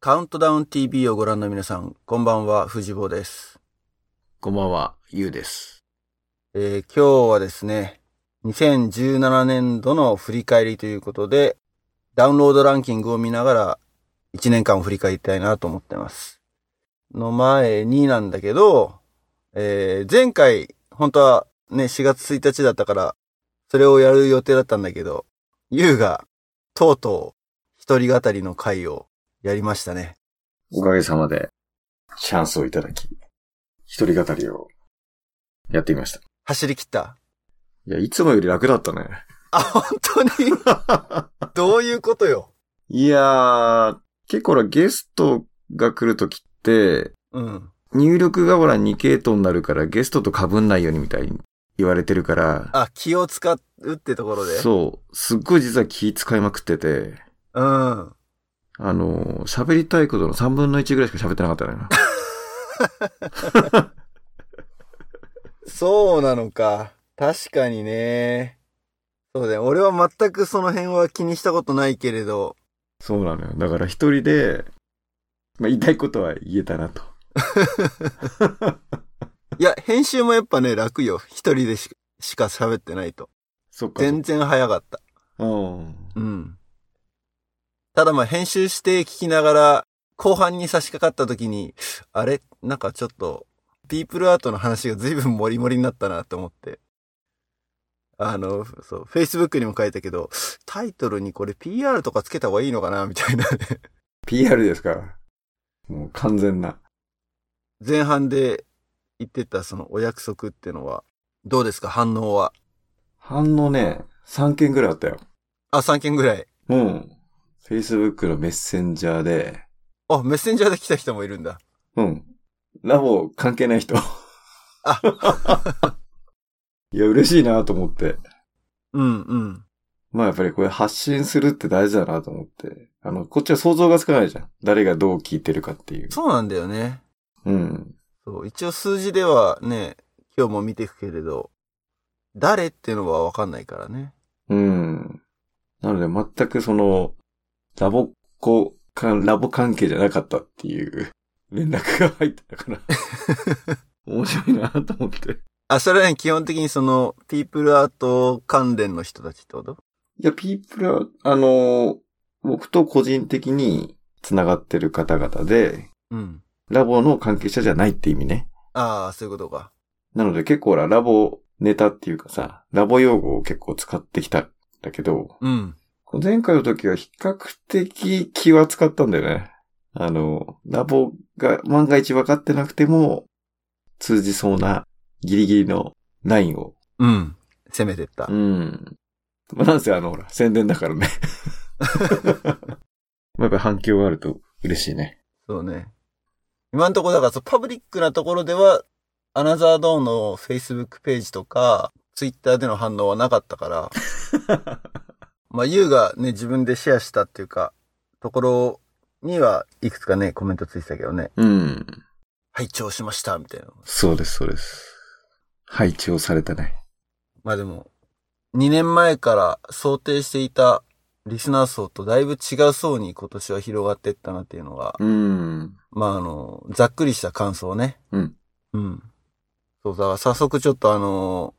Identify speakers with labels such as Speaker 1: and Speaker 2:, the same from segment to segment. Speaker 1: カウントダウン TV をご覧の皆さん、こんばんは、藤坊です。
Speaker 2: こんばんは、ゆうです。
Speaker 1: えー今日はですね、2017年度の振り返りということで、ダウンロードランキングを見ながら、1年間を振り返りたいなと思ってます。の前になんだけど、えー前回、本当はね、4月1日だったから、それをやる予定だったんだけど、ゆうが、とうとう、一人語りの回をやりましたね。
Speaker 2: おかげさまで、チャンスをいただき、一人語りをやってみました。
Speaker 1: 走り切った。
Speaker 2: いや、いつもより楽だったね。
Speaker 1: あ、本当 にどういうことよ。
Speaker 2: いやー、結構ほらゲストが来るときって、
Speaker 1: うん。
Speaker 2: 入力がほら2系統になるからゲストと被んないようにみたいに言われてるから、
Speaker 1: あ、気を使うってところで。
Speaker 2: そう、すっごい実は気使いまくってて、
Speaker 1: うん。
Speaker 2: あのー、喋りたいことの3分の1ぐらいしか喋ってなかった ね。
Speaker 1: そうなのか。確かにね。そうだよ。俺は全くその辺は気にしたことないけれど。
Speaker 2: そうなのよ。だから一人で、まあ、言いたいことは言えたなと。
Speaker 1: いや、編集もやっぱね、楽よ。一人でししか喋ってないと。
Speaker 2: そっか。
Speaker 1: 全然早かった。
Speaker 2: うん。
Speaker 1: うん。ただまあ、編集して聞きながら、後半に差し掛かった時に、あれなんかちょっと、ピープルアートの話が随分モリモリになったなと思って。あの、そう、Facebook にも書いたけど、タイトルにこれ PR とかつけた方がいいのかなみたいな ね。
Speaker 2: PR ですかもう完全な。
Speaker 1: 前半で言ってたそのお約束ってのは、どうですか反応は。
Speaker 2: 反応ね、3件ぐらいあったよ。
Speaker 1: あ、3件ぐらい。
Speaker 2: うん。Facebook のメッセンジャーで、
Speaker 1: あ、メッセンジャーで来た人もいるんだ。
Speaker 2: うん。ラボ関係ない人。
Speaker 1: あ
Speaker 2: いや、嬉しいなと思って。
Speaker 1: うんうん。
Speaker 2: まあやっぱりこれ発信するって大事だなと思って。あの、こっちは想像がつかないじゃん。誰がどう聞いてるかっていう。
Speaker 1: そうなんだよね。
Speaker 2: うん。
Speaker 1: そう、一応数字ではね、今日も見ていくけれど、誰っていうのはわかんないからね。
Speaker 2: うん。なので全くその、ラボっ子か、ラボ関係じゃなかったっていう連絡が入って たから。面白いなと思って。い
Speaker 1: あ、それはね、基本的にその、ピープルアート関連の人たちってこと
Speaker 2: や、ピープルは、あの、僕と個人的に繋がってる方々で、
Speaker 1: うん。
Speaker 2: ラボの関係者じゃないって意味ね。
Speaker 1: ああ、そういうことか。
Speaker 2: なので結構ほらラボネタっていうかさ、ラボ用語を結構使ってきたんだけど、
Speaker 1: うん。
Speaker 2: 前回の時は比較的気は使ったんだよね。あの、ラボが万が一分かってなくても通じそうなギリギリのラインを。
Speaker 1: うん。攻めてった。
Speaker 2: うん。まあ、なんせあの、ほら、宣伝だからね。 まあやっぱ反響があると嬉しいね。
Speaker 1: そうね。今のところだからそう、パブリックなところでは、アナザードーンの Facebook ページとか、Twitter での反応はなかったから、まあ、ユウがね、自分でシェアしたっていうか、ところにはいくつかね、コメントついてたけどね、
Speaker 2: うん。
Speaker 1: 拝聴しました、みたいな。
Speaker 2: そうです、そうです。配置をされたね。
Speaker 1: まあでも、2年前から想定していたリスナー層とだいぶ違う層に今年は広がっていったなっていうのが、
Speaker 2: うん。
Speaker 1: まああの、ざっくりした感想ね。
Speaker 2: うん。
Speaker 1: うん。そう、だから早速ちょっとあの、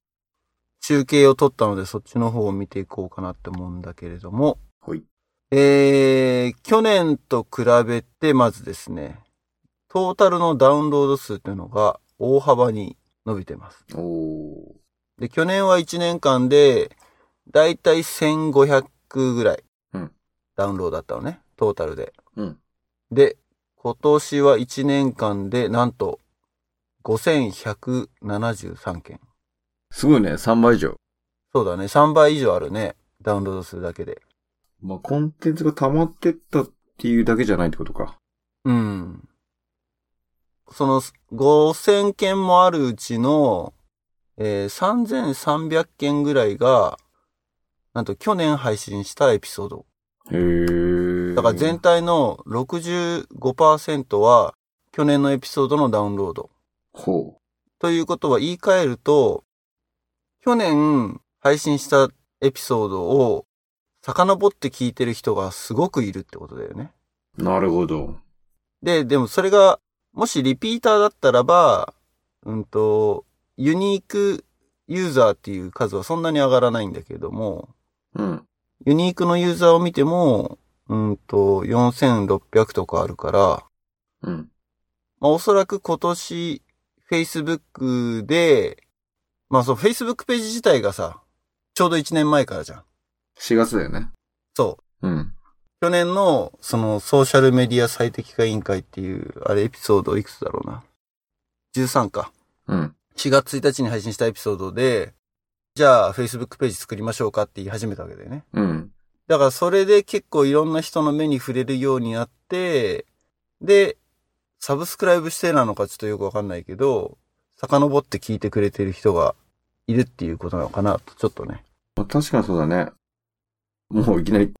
Speaker 1: 中継を撮ったのでそっちの方を見ていこうかなって思うんだけれども、
Speaker 2: ほい。
Speaker 1: えー、去年と比べてまずですね、トータルのダウンロード数というのが大幅に伸びてます。
Speaker 2: お
Speaker 1: で、去年は1年間で、だいたい1500ぐらい、
Speaker 2: うん
Speaker 1: ダウンロードだったのね、トータルで。
Speaker 2: うん。
Speaker 1: で、今年は1年間で、なんと、5173件。
Speaker 2: すごいね、3倍以上。
Speaker 1: そうだね、3倍以上あるね、ダウンロードするだけで。
Speaker 2: まあ、コンテンツが溜まってったっていうだけじゃないってことか。
Speaker 1: うん。その、5000件もあるうちの、えー3300件ぐらいが、なんと去年配信したエピソード。
Speaker 2: へえ。
Speaker 1: だから全体の65%は去年のエピソードのダウンロード。
Speaker 2: ほ
Speaker 1: ということは言い換えると、去年配信したエピソードを遡って聞いてる人がすごくいるってことだよね。
Speaker 2: う。なるほど。
Speaker 1: で、でもそれが、もしリピーターだったらば、うんと、ユニークユーザーっていう数はそんなに上がらないんだけども、
Speaker 2: うん。
Speaker 1: ユニークのユーザーを見ても、うんと、4600とかあるから、
Speaker 2: うん。
Speaker 1: まあおそらく今年、Facebook で、まあそう、Facebook ページ自体がさ、ちょうど1年前からじゃん。
Speaker 2: 4月だよね。
Speaker 1: そう。
Speaker 2: うん。
Speaker 1: 去年の、その、ソーシャルメディア最適化委員会っていう、あれエピソードいくつだろうな。13か。
Speaker 2: うん。
Speaker 1: 4月1日に配信したエピソードで、じゃあ、Facebook ページ作りましょうかって言い始めたわけだよね。
Speaker 2: うん。
Speaker 1: だから、それで結構いろんな人の目に触れるようになって、で、サブスクライブしてなのかちょっとよくわかんないけど、遡って聞いてくれてる人がいるっていうことなのかなと、ちょっとね。
Speaker 2: まあ、確かにそうだね。もういきなり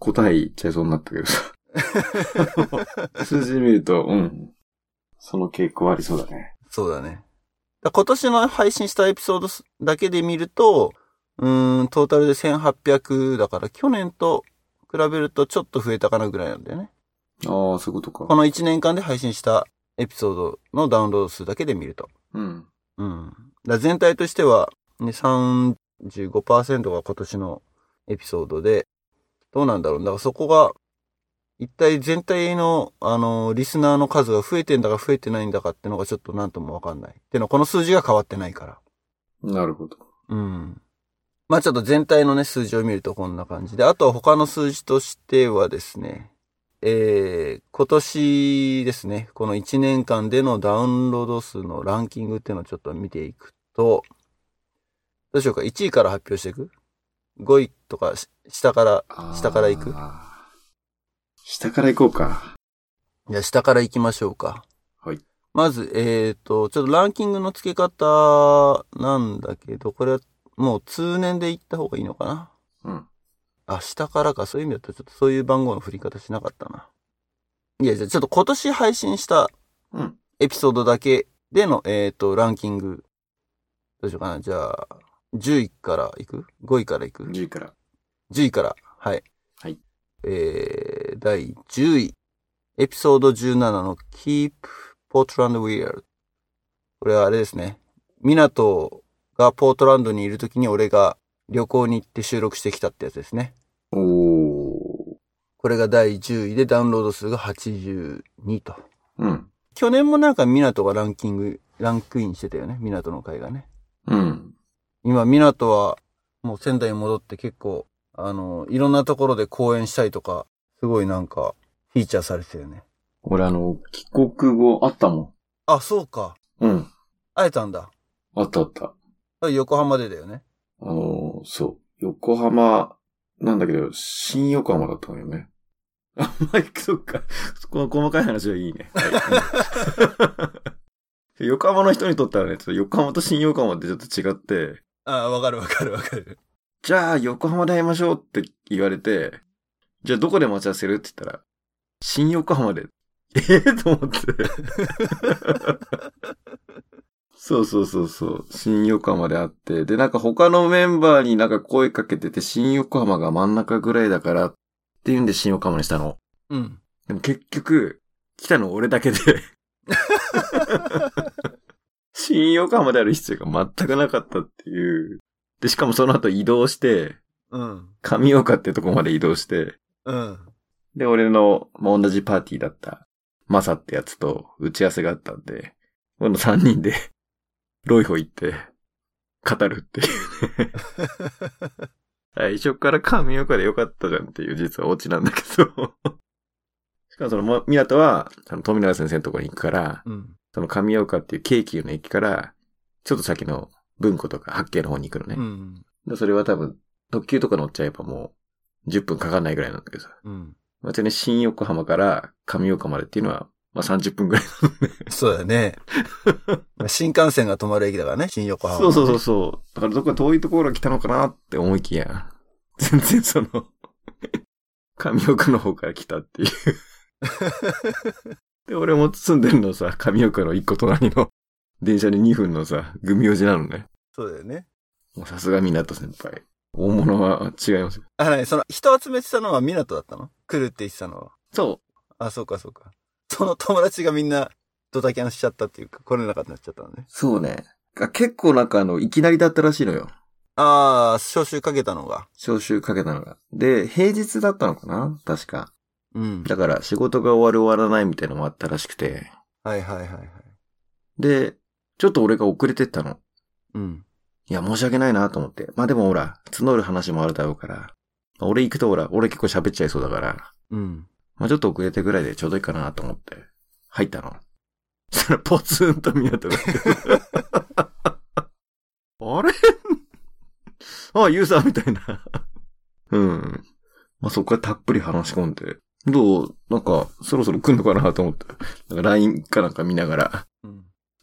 Speaker 2: 答え言っちゃいそうになったけどさ。 数字見ると、うん。その傾向ありそうだね。
Speaker 1: そうだね。だ今年の配信したエピソードすだけで見ると、うーん、トータルで1800だから、去年と比べるとちょっと増えたかなぐらいなんだよね。
Speaker 2: ああ、そういうことか
Speaker 1: こ。の1年間で配信したエピソードのダウンロード数だけで見ると。
Speaker 2: うん。
Speaker 1: うん。だから全体としては、ね、35%が今年のエピソードで、どうなんだろう。だからそこが、一体全体の、あの、リスナーの数が増えてんだか増えてないんだかってのがちょっとなんともわかんない。っていうのはこの数字が変わってないから。
Speaker 2: なるほど。
Speaker 1: うん。まあちょっと全体のね、数字を見るとこんな感じで、あとは他の数字としてはですね、えー、今年ですね、この1年間でのダウンロード数のランキングっていうのをちょっと見ていくと、どうしようか、1位から発表していく ?5 位とかし下から、下から行く
Speaker 2: あー下から行こうか。
Speaker 1: じゃあ下から行きましょうか。
Speaker 2: はい。
Speaker 1: まず、えーと、ちょっとランキングの付け方なんだけど、これはもう通年で行った方がいいのかな
Speaker 2: うん。
Speaker 1: あ、下からか。そういう意味だと、ちょっとそういう番号の振り方しなかったな。いや、じゃあちょっと今年配信した
Speaker 2: うん。
Speaker 1: エピソードだけでの、えっ、と、ランキング。どうしようかな。じゃあ、10位からいく ?5 位からいく
Speaker 2: 10から。
Speaker 1: ?10 位から。はい。
Speaker 2: はい。
Speaker 1: えー、第10位。エピソード17の Keep Portland Weird。これはあれですね。ミナトがポートランドにいるときに俺が旅行に行って収録してきたってやつですね。
Speaker 2: おー。
Speaker 1: これが第10位でダウンロード数が82と。
Speaker 2: うん。
Speaker 1: 去年もなんか港がランキング、ランクインしてたよね。港の会がね。
Speaker 2: うん。
Speaker 1: 今港はもう仙台に戻って結構、あの、いろんなところで講演したりとか、すごいなんかフィーチャーされてたよね。
Speaker 2: 俺あの、帰国後あったも
Speaker 1: あ、そうか。
Speaker 2: ん。うん。
Speaker 1: 会えたんだ。
Speaker 2: あったあった。
Speaker 1: 横浜でだよね。
Speaker 2: あのー、そう。横浜、なんだけど、新横浜だったのよね。 あんまり、そっか。この細かい話はいいね。はいうん 横浜の人にとったらね、ちょっと横浜と新横浜ってちょっと違って、
Speaker 1: あわかるわかるわかる。
Speaker 2: じゃあ横浜で会いましょうって言われて、じゃあどこで待ち合わせるって言ったら、新横浜で。 ええと思って。 そうそうそうそう。新横浜で会って。で、なんか他のメンバーになんか声かけてて、新横浜が真ん中ぐらいだからっていうんで新横浜にしたの。
Speaker 1: うん。
Speaker 2: でも結局、来たの俺だけで。 新横浜である必要が全くなかったっていう。で、しかもその後移動して、
Speaker 1: うん。
Speaker 2: 神岡ってとこまで移動して、
Speaker 1: うん。
Speaker 2: で、俺の、まあ、同じパーティーだった、マサってやつと打ち合わせがあったんで、この3人で、 ロイホ行って、語るっていうね。最初から神岡でよかったじゃんっていう実はオチなんだけど。しかもその、もう港は、あの、富永先生のところに行くから、
Speaker 1: うん。
Speaker 2: その神岡っていう京急の駅から、ちょっと先の文庫とか八景の方に行くのね。
Speaker 1: うん。
Speaker 2: でそれは多分、特急とか乗っちゃえばもう、10分かかんないぐらいなんだけどさ。
Speaker 1: うん。
Speaker 2: まあ、ちなみに新横浜から上岡までっていうのは、まあ、30分ぐらい。
Speaker 1: そうだ ね。新幹線が止まる駅だからね、新横浜。
Speaker 2: そうそうそうそう。だからどこか遠いところが来たのかなって思いきや、全然その、上岡の方から来たっていう。で、俺も住んでるのさ、上岡の一個隣の電車で2分のさ、組王子なのね。
Speaker 1: そうだよね。
Speaker 2: もうさすが港先輩。大物は違いますよ。
Speaker 1: あ、なに、その、人集めてたのは港だったの来るって言ってたのは。
Speaker 2: そう。
Speaker 1: あ、そうか、そうか。その友達がみんなドタキャンしちゃったっていうか、来れなかったなっちゃったのね。
Speaker 2: そうね。あ結構なんかあの、いきなりだったらしいのよ。
Speaker 1: ああ、招集かけたのが。
Speaker 2: 招集かけたのが。で、平日だったのかな確か。
Speaker 1: うん。
Speaker 2: だから仕事が終わる終わらないみたいなのもあったらしくて。
Speaker 1: はいはいはいはい。
Speaker 2: で、ちょっと俺が遅れてったの。
Speaker 1: うん。
Speaker 2: いや、申し訳ないなと思って。まあでもほら、募る話もあるだろうから。まあ俺行くとほら、俺結構喋っちゃいそうだから。
Speaker 1: うん。
Speaker 2: まあちょっと遅れてぐらいでちょうどいいかなと思って、入ったの。そしたらポツンと見当たられてあれあ、ユーザーみたいな。うん。まあそこからたっぷり話し込んで、どうなんか、そろそろ来んのかなと思って。なんか LINE かなんか見ながら、
Speaker 1: うん。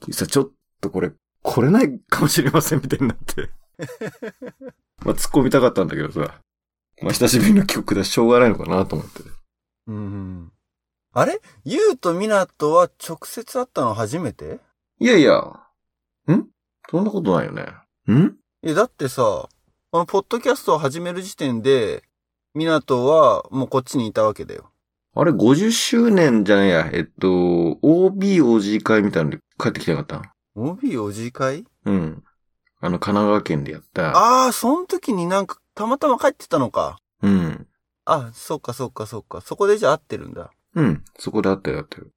Speaker 2: ユーザーちょっとこれ、来れないかもしれませんみたいになって。まあ突っ込みたかったんだけどさ。まあ久しぶりの記憶だししょうがないのかなと思って。
Speaker 1: うん。あれゆうとみなとは直接会ったの初めて
Speaker 2: いやいや。んそんなことないよね。ん
Speaker 1: え、だってさ、このポッドキャストを始める時点で、みなとはもうこっちにいたわけだよ。
Speaker 2: あれ、50周年じゃねえや。えっと、OBOG 会みたいなので帰ってきてなかった
Speaker 1: OB おじ会
Speaker 2: うん。あの、神奈川県でやった。
Speaker 1: ああ、その時になんかたまたま帰ってたのか。
Speaker 2: うん。
Speaker 1: あ、そっかそっかそっか。そこでじゃあ会ってるんだ。
Speaker 2: うん。そこであったよ、あったよ。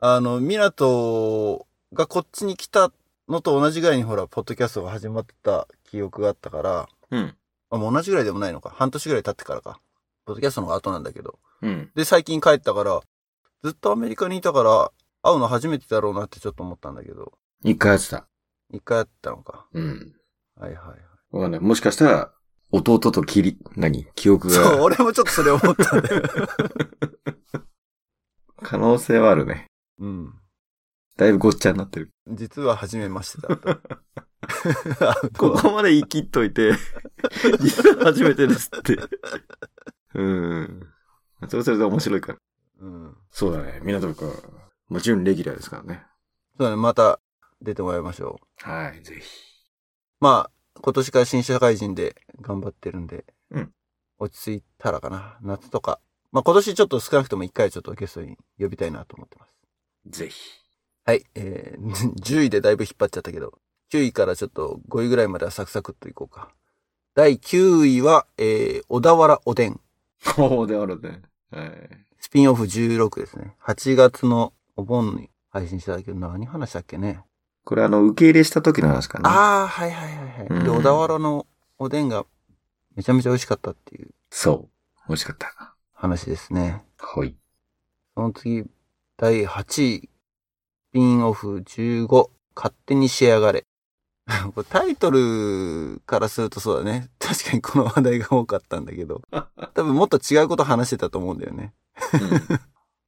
Speaker 1: あの、ミナトがこっちに来たのと同じぐらいにほら、ポッドキャストが始まってた記憶があったから、
Speaker 2: うん。
Speaker 1: あ、もう同じぐらいでもないのか。半年ぐらい経ってからか。ポッドキャストの方が後なんだけど。
Speaker 2: うん。
Speaker 1: で、最近帰ったから、ずっとアメリカにいたから、会うの初めてだろうなってちょっと思ったんだけど、
Speaker 2: 一回やってた。
Speaker 1: 一回会ったのか。
Speaker 2: うん。
Speaker 1: はいはいはい。
Speaker 2: わかんない。もしかしたら、弟ときり、何記憶が。
Speaker 1: そう、俺もちょっとそれ思ったんだよ。
Speaker 2: 可能性はあるね。
Speaker 1: うん。
Speaker 2: だいぶごっちゃになってる。
Speaker 1: 実は初めましてだった。 あ
Speaker 2: ここまで言い切っとい て、実は初めてですって。うん。それそれで面白いから。
Speaker 1: うん。
Speaker 2: そうだね。港区君。もちろんレギュラーですからね。
Speaker 1: そうだね、また出てもらいましょう。
Speaker 2: はい、ぜひ。
Speaker 1: まあ、今年から新社会人で頑張ってるんで、
Speaker 2: うん
Speaker 1: 落ち着いたらかな。夏とか。まあ今年ちょっと少なくとも一回ちょっとゲストに呼びたいなと思ってます。
Speaker 2: ぜひ。
Speaker 1: はい。えー、10位で だいぶ引っ張っちゃったけど、9位からちょっと5位ぐらいまではサクサクっといこうか。第9位は、えー、小田原おでん。
Speaker 2: そうであるね。はい。
Speaker 1: スピンオフ16ですね。8月のお盆に配信したけど、何話したっけね。
Speaker 2: これあの、受け入れした時の話かな。
Speaker 1: ああ、はいはいはいはい。で、
Speaker 2: うん
Speaker 1: 小田原のおでんがめちゃめちゃ美味しかったっていう
Speaker 2: そう。美味しかった。
Speaker 1: 話ですね。
Speaker 2: はい。
Speaker 1: その次、第8位、ピンオフ15、勝手に仕上がれ。 これタイトルからするとそうだね。確かにこの話題が多かったんだけど、多分もっと違うこと話してたと思うんだよね。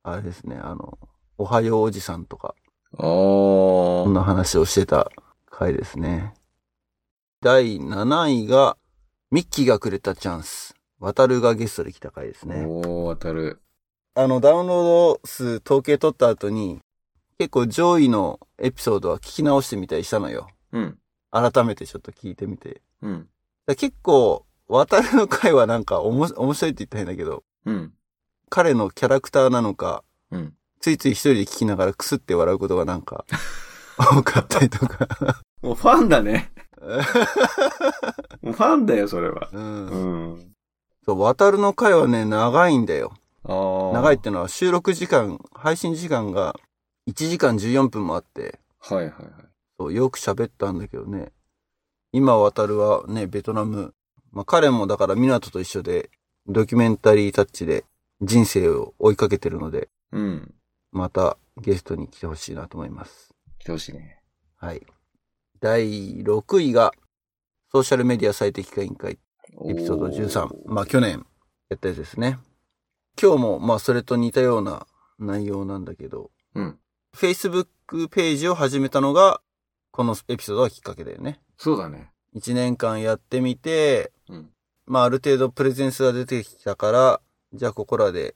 Speaker 1: あれですね、あの、おはようおじさんとか、
Speaker 2: お
Speaker 1: こん
Speaker 2: ー。
Speaker 1: な話をしてた回ですね。第7位が、ミッキーがくれたチャンス。渡るがゲストで来た回ですね。
Speaker 2: おー、当たる。
Speaker 1: あの、ダウンロード数統計取った後に、結構上位のエピソードは聞き直してみたりしたのよ。
Speaker 2: うん。
Speaker 1: 改めてちょっと聞いてみて。だか
Speaker 2: うん。
Speaker 1: ら結構、渡るの回はなんかおも面白いって言ったらいいんだけど、
Speaker 2: うん。
Speaker 1: 彼のキャラクターなのか、
Speaker 2: うん。
Speaker 1: ついつい一人で聞きながらクスって笑うことがなんか、 多かったりとか。
Speaker 2: もうファンだね。もうファンだよ、それは。
Speaker 1: うん
Speaker 2: うん。
Speaker 1: そう、渡るの回はね、長いんだよ。
Speaker 2: あー。
Speaker 1: 長いってのは収録時間、配信時間が1時間14分もあって、
Speaker 2: はいはいはい。
Speaker 1: そうよく喋ったんだけどね。今渡るはね、ベトナム。まあ、彼もだから港と一緒で、ドキュメンタリータッチで人生を追いかけてるので、
Speaker 2: うん。
Speaker 1: またゲストに来てほしいなと思います。
Speaker 2: 来てほしいね。
Speaker 1: はい。第6位が、ソーシャルメディア最適化委員会、エピソード13。まあ、去年やったやつですね。今日もまあ、それと似たような内容なんだけど、
Speaker 2: うん。
Speaker 1: Facebook ページを始めたのが、このエピソードがきっかけだよね。
Speaker 2: そうだね。
Speaker 1: 一年間やってみて、
Speaker 2: うん。
Speaker 1: まあある程度プレゼンスが出てきたから、じゃあここらで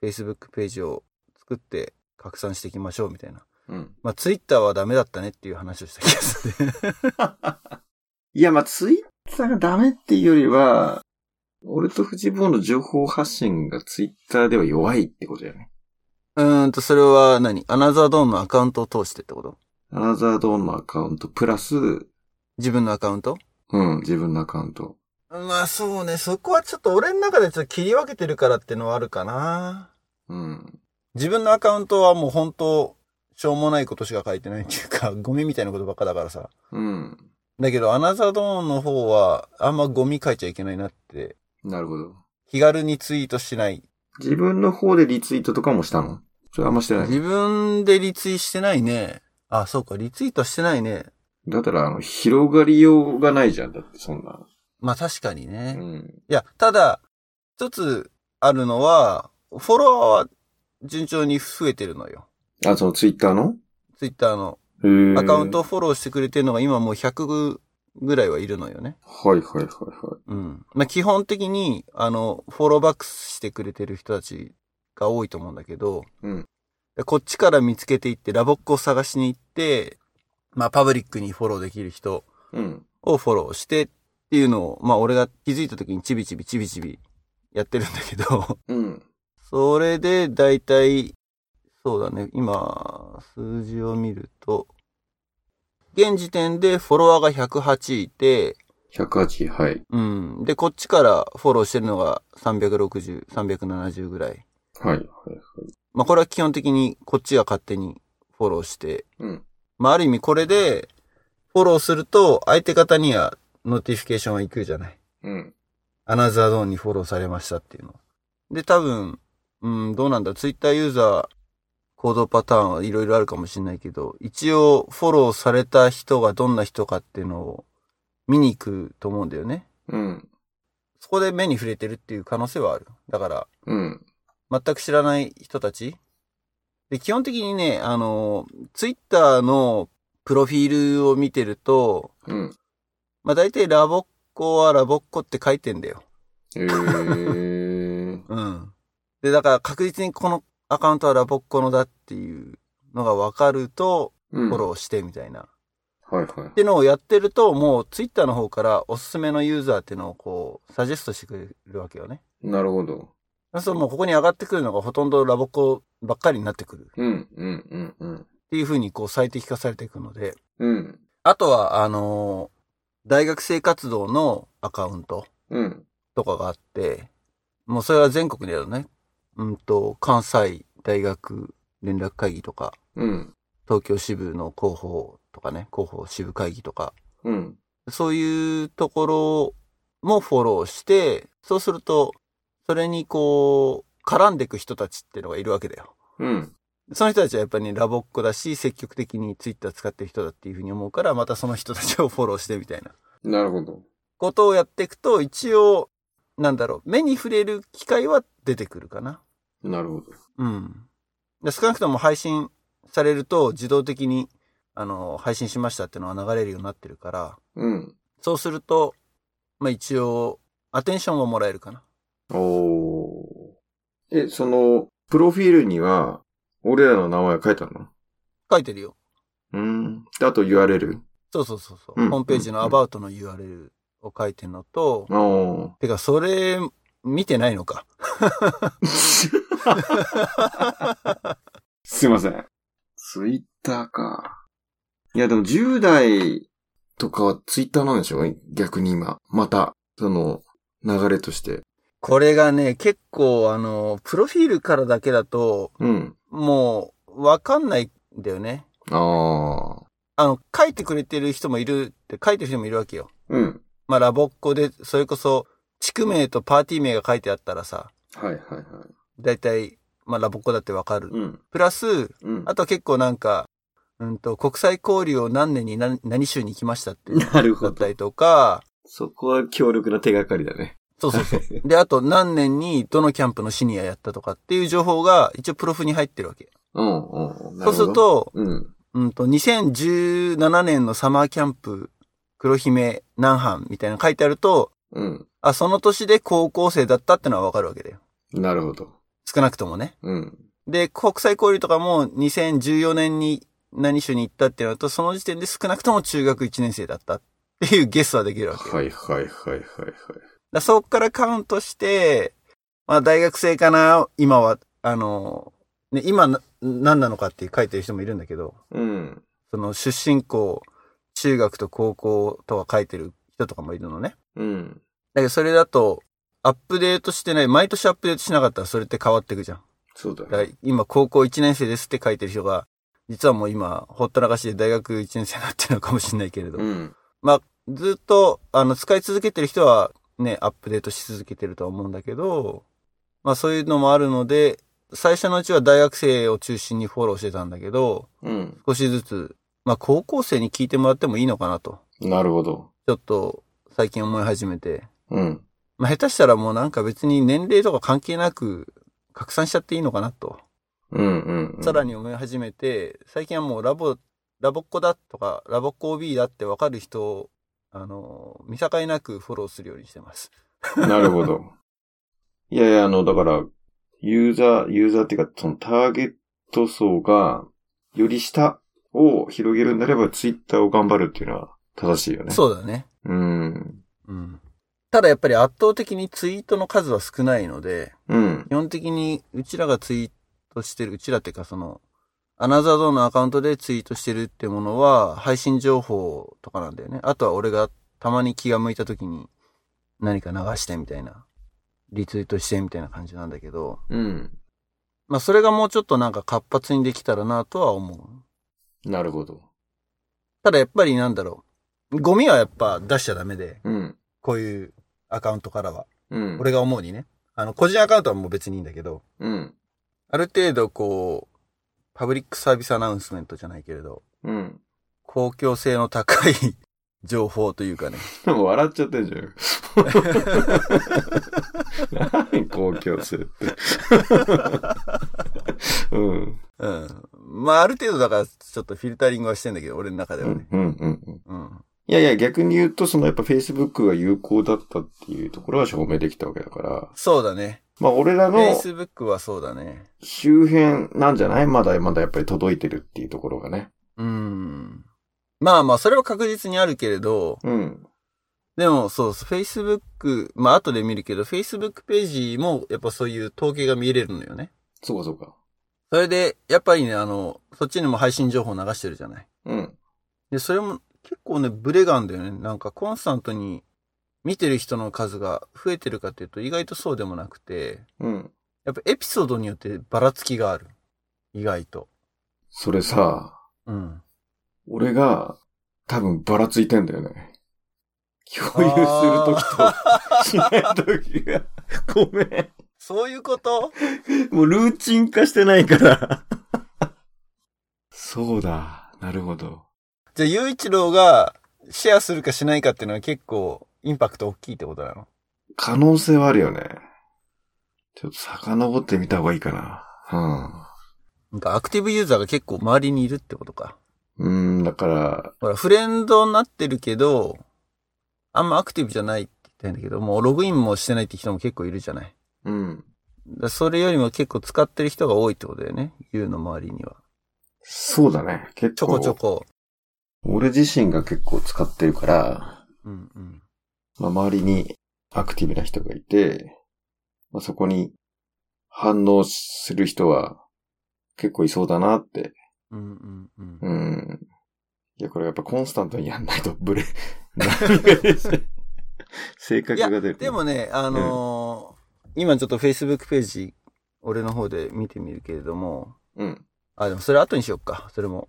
Speaker 1: Facebook ページを作って拡散していきましょうみたいな。
Speaker 2: うん。
Speaker 1: まあ Twitter はダメだったねっていう話をした気がする ね。
Speaker 2: いや、まあ、ツイッターがダメっていうよりは、俺とフジボーの情報発信がツイッターでは弱いってことだよね。
Speaker 1: うーんと、それは何アナザードーンのアカウントを通してってこと
Speaker 2: アナザードーンのアカウント、プラス、
Speaker 1: 自分のアカウント
Speaker 2: うん、自分のアカウント。
Speaker 1: まあそうね、そこはちょっと俺の中でちょっと切り分けてるからってのはあるかな。
Speaker 2: うん。
Speaker 1: 自分のアカウントはもう本当、しょうもないことしか書いてないっていうか、ゴミみたいなことばっかだからさ。
Speaker 2: うん。
Speaker 1: だけど、アナザードーンの方は、あんまゴミ書いちゃいけないなって、
Speaker 2: なるほど。
Speaker 1: 気軽にツイートしない。
Speaker 2: 自分の方でリツイートとかもしたのそれあんましてない。
Speaker 1: 自分でリツイしてないね。あ、そうか、リツイートしてないね。
Speaker 2: だったら、あの、広がりようがないじゃん。だって、そんな。
Speaker 1: まあ確かに
Speaker 2: う
Speaker 1: ね。
Speaker 2: ん。
Speaker 1: いや、ただ、一つあるのは、フォロワーは順調に増えてるのよ。
Speaker 2: あ、そのツイッターの
Speaker 1: ツイッターの
Speaker 2: へー
Speaker 1: アカウントをフォローしてくれてるのが今もう100ぐらいはいるのよね。
Speaker 2: はいはいはいは
Speaker 1: うん。まあ、基本的に、あの、フォローバックスしてくれてる人たちが多いと思うんだけど、
Speaker 2: うん
Speaker 1: でこっちから見つけていって、ラボックを探しに行って、まあ、パブリックにフォローできる人
Speaker 2: い。うん。
Speaker 1: をフォローしてっていうのを、まあ、俺が気づいた時にチビチビチビチビやってるんだけど、
Speaker 2: うん。
Speaker 1: それで、だいたい、そうだね、今、数字を見ると、現時点でフォロワーが108いて、
Speaker 2: 108、はい。
Speaker 1: うん。で、こっちからフォローしてるのが360、370ぐらい。
Speaker 2: はいはい。
Speaker 1: まあ、これは基本的にこっちが勝手にフォローして、
Speaker 2: うん。
Speaker 1: まあ、ある意味これで、フォローすると、相手方にはノティフィケーションは行くじゃない。
Speaker 2: うん。
Speaker 1: アナザードーンにフォローされましたっていうの。で、多分、うん、どうなんだ。ツイッターユーザー、行動パターンはいろいろあるかもしれないけど、一応フォローされた人がどんな人かっていうのを見に行くと思うんだよね。
Speaker 2: うん。
Speaker 1: そこで目に触れてるっていう可能性はある。だから、
Speaker 2: うん。
Speaker 1: 全く知らない人たち。で、基本的にね、あの、ツイッターのプロフィールを見てると、
Speaker 2: うん。
Speaker 1: まあ、大体ラボッコはラボッコって書いてんだよ。
Speaker 2: えー。
Speaker 1: うん。で、だから確実にこのアカウントはラボッコのだっていうのが分かると、
Speaker 2: う
Speaker 1: フ
Speaker 2: ん。
Speaker 1: ォローしてみたいな。
Speaker 2: はいはい
Speaker 1: っ。てのをやってると、もうツイッターの方からおすすめのユーザーっていうのをこう、サジェストしてくれるわけよね。
Speaker 2: なるほど。
Speaker 1: そう、もうここに上がってくるのがほとんどラボッコばっかりになってくる。っ
Speaker 2: うん、うん、うん、うん。
Speaker 1: ていう風にこう最適化されていくので。
Speaker 2: うん、
Speaker 1: あとは、あのー大学生活動のアカウント
Speaker 2: うん、
Speaker 1: とかがあって、もうそれは全国でやるね。うんと、関西大学連絡会議とか、
Speaker 2: うん、
Speaker 1: 東京支部の広報とかね、広報支部会議とか、
Speaker 2: うん、
Speaker 1: そういうところもフォローして、そうすると、それにこう、絡んでく人たちっていうのがいるわけだよ。
Speaker 2: うん。
Speaker 1: その人たちはやっぱり、ね、ラボっ子だし、積極的にツイッター使ってる人だっていうふうに思うから、またその人たちをフォローしてみたいな
Speaker 2: なるほど。
Speaker 1: ことをやっていくと、一応、なんだろう、目に触れる機会は出てくるかな。
Speaker 2: なるほど。
Speaker 1: うん。で少なくとも配信されると自動的に、あの、配信しましたっていうのは流れるようになってるから、
Speaker 2: うん。
Speaker 1: そうすると、まあ一応、アテンションはもらえるかな。
Speaker 2: おー。え、その、プロフィールには、俺らの名前書いてあるの
Speaker 1: 書いてるよ。
Speaker 2: うん。であと URL?
Speaker 1: そうそうそうそう、
Speaker 2: うん
Speaker 1: ホームページの
Speaker 2: うん
Speaker 1: About の URL を書いてるのと、
Speaker 2: お
Speaker 1: てか、それ、見てないのか。
Speaker 2: ー。すいません。ツイッターか。いや、でも10代とかはツイッターなんでしょ逆に今。また、その、流れとして。
Speaker 1: これがね、結構、あの、プロフィールからだけだと、
Speaker 2: うん。
Speaker 1: もう、わかんないんだよね。
Speaker 2: ああ。
Speaker 1: あの、書いてくれてる人もいるって、書いてる人もいるわけよ。
Speaker 2: うん。
Speaker 1: まあ、ラボっ子で、それこそ、地区名とパーティー名が書いてあったらさ、
Speaker 2: はいはいはい。
Speaker 1: だいたい、まあ、ラボっ子だってわかる。
Speaker 2: うん。
Speaker 1: プラス、
Speaker 2: うん
Speaker 1: あとは結構なんか、うんと、国際交流を何年に何何州に行きましたっていうの
Speaker 2: なる
Speaker 1: だった。りとか、
Speaker 2: そこは強力な手がかりだね。
Speaker 1: そうそうそう。で、あと何年にどのキャンプのシニアやったとかっていう情報が一応プロフに入ってるわけ。
Speaker 2: うんうん。な
Speaker 1: そ
Speaker 2: るほど
Speaker 1: うする、と、
Speaker 2: うん。
Speaker 1: うんと、2017年のサマーキャンプ、黒姫、南藩みたいなの書いてあると、
Speaker 2: うん。
Speaker 1: あ、その年で高校生だったってのはわかるわけだよ。
Speaker 2: なるほど。
Speaker 1: 少なくともね。
Speaker 2: うん。
Speaker 1: で、国際交流とかも2014年に何種に行ったってなると、その時点で少なくとも中学1年生だったっていうゲストはできるわけ。だか
Speaker 2: はいはいはいはいはい。
Speaker 1: らそこからカウントして、まあ大学生かな、今は、あの、ね、今な何なのかって書いてる人もいるんだけど、
Speaker 2: うん。
Speaker 1: その出身校、中学と高校とは書いてる人とかもいるのね。
Speaker 2: うん。
Speaker 1: だけどそれだと、アップデートしてない、毎年アップデートしなかったらそれって変わっていくじゃん。
Speaker 2: そうだ
Speaker 1: だか
Speaker 2: ね。
Speaker 1: ら今高校1年生ですって書いてる人が、実はもう今、ほったらかしで大学1年生になってるのかもしれないけれど。
Speaker 2: うん。
Speaker 1: まあ、ずっと、あの、使い続けてる人はね、アップデートし続けてるとは思うんだけど、まあそういうのもあるので、最初のうちは大学生を中心にフォローしてたんだけど、
Speaker 2: うん。
Speaker 1: 少しずつ、まあ高校生に聞いてもらってもいいのかなと、
Speaker 2: なるほど。
Speaker 1: ちょっと最近思い始めて、
Speaker 2: うん。
Speaker 1: まあ下手したらもうなんか別に年齢とか関係なく拡散しちゃっていいのかなと、
Speaker 2: うんうん、うん。
Speaker 1: さらに思い始めて、最近はもうラボ、ラボっ子だとか、ラボっ子 OB だってわかる人を、あの、見境なくフォローするようにしてます。
Speaker 2: なるほど。いやいや、あの、だから、ユーザー、ユーザーっていうか、そのターゲット層が、より下を広げるんであれば、ツイッターを頑張るっていうのは正しいよね。
Speaker 1: そうだね。
Speaker 2: う。うん。
Speaker 1: うん。ただやっぱり圧倒的にツイートの数は少ないので、
Speaker 2: うん。
Speaker 1: 基本的にうちらがツイートしてる、うちらっていうかその、アナザードーンのアカウントでツイートしてるってものは、配信情報とかなんだよね。あとは俺がたまに気が向いた時に何か流してみたいな、リツイートしてみたいな感じなんだけど、
Speaker 2: うん。
Speaker 1: まあそれがもうちょっとなんか活発にできたらなとは思う。
Speaker 2: なるほど。
Speaker 1: ただやっぱりなんだろう。ゴミはやっぱ出しちゃダメで、
Speaker 2: うん。
Speaker 1: こういうアカウントからは。
Speaker 2: うん。
Speaker 1: 俺が思うにね。あの、個人アカウントはもう別にいいんだけど、
Speaker 2: うん。
Speaker 1: ある程度こう、パブリックサービスアナウンスメントじゃないけれど、
Speaker 2: うん。
Speaker 1: 公共性の高い 情報というかね。
Speaker 2: でも笑っちゃってんじゃ ん。何公 共性って。うん。
Speaker 1: うん。まあある程度だからちょっとフィルタリングはしてんだけど、俺の中で
Speaker 2: う
Speaker 1: は
Speaker 2: ん
Speaker 1: ね。。
Speaker 2: うん。うん。
Speaker 1: うん。
Speaker 2: いやいや、逆に言うと、そのやっぱ Facebook が有効だったっていうところは証明できたわけだから、
Speaker 1: そうだね。
Speaker 2: まあ俺らの
Speaker 1: Facebook はそうだね。
Speaker 2: 周辺なんじゃないまだまだやっぱり届いてるっていうところがね。
Speaker 1: うん。まあまあ、それは確実にあるけれど、
Speaker 2: うん。
Speaker 1: でもそうそう、Facebook、まあ後で見るけど、Facebook ページもやっぱそういう統計が見れるのよね。
Speaker 2: そうかそうか。
Speaker 1: それで、やっぱりね、あの、そっちにも配信情報流してるじゃない。
Speaker 2: うん。
Speaker 1: で、それも結構ね、ブレがあんだよね。なんかコンスタントに見てる人の数が増えてるかっていうと意外とそうでもなくて、
Speaker 2: うん。
Speaker 1: やっぱエピソードによってばらつきがある。意外と。
Speaker 2: それさ、
Speaker 1: うん。
Speaker 2: 俺が多分ばらついてんだよね。共有するときとしないときが。ごめん。
Speaker 1: そういうこと
Speaker 2: もうルーチン化してないから。そうだ。なるほど。
Speaker 1: じゃあ、雄一郎がシェアするかしないかっていうのは結構インパクト大きいってことなの
Speaker 2: 可能性はあるよね。ちょっと遡ってみた方がいいかな。
Speaker 1: なんかアクティブユーザーが結構周りにいるってことか。
Speaker 2: うん。うん、だから、
Speaker 1: ほら、フレンドになってるけど、あんまアクティブじゃないって言ったいんだけど、もうログインもしてないって人も結構いるじゃない。
Speaker 2: うん。
Speaker 1: だからそれよりも結構使ってる人が多いってことだよね。ユーの周りには。
Speaker 2: そうだね。結構。
Speaker 1: ちょこちょこ。
Speaker 2: 俺自身が結構使ってるから、
Speaker 1: うんうん。
Speaker 2: まあ、周りにアクティブな人がいて、まあ、そこに反応する人は結構いそうだなって。
Speaker 1: うんうんうん。
Speaker 2: うん。いや、これやっぱコンスタントにやんないとブレ、何が ですね性格が出る。
Speaker 1: でもね、あのー今ちょっと Facebook ページ、俺の方で見てみるけれども、
Speaker 2: うん。
Speaker 1: あ、でもそれ後にしよっか、それも。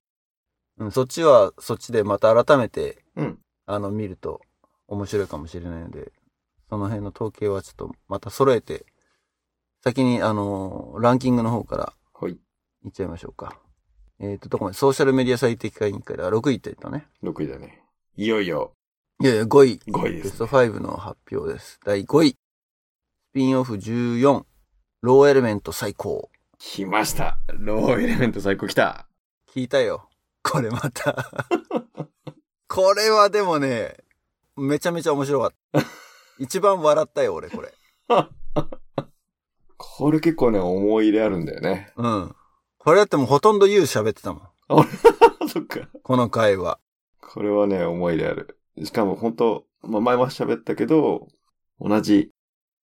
Speaker 1: うん、そっちはそっちでまた改めて、
Speaker 2: うん
Speaker 1: あの、見ると面白いかもしれないので、その辺の統計はちょっとまた揃えて、先にあのーランキングの方から
Speaker 2: はい。
Speaker 1: いっちゃいましょうか。えっ、と、どこまでソーシャルメディア最適化委員会では6位って言ったね。
Speaker 2: 6位だね。いよいよ
Speaker 1: いやいや、5位。
Speaker 2: 5位で
Speaker 1: ベス
Speaker 2: す、
Speaker 1: ト5の発表です。第5位。スピンオフ14。ローエレメント最高。
Speaker 2: 来ました。ローエレメント最高来た。
Speaker 1: 聞いたよ。これま た。これはでもね、めちゃめちゃ面白かった。一番笑ったよ、俺、これ。
Speaker 2: これ結構ね、思い入れあるんだよね。
Speaker 1: うん。これだってもうほとんど言う喋ってたもん。
Speaker 2: そっか。
Speaker 1: この回は。
Speaker 2: これはね、思い入れある。しかも本当、まあ、前も喋ったけど、同じ、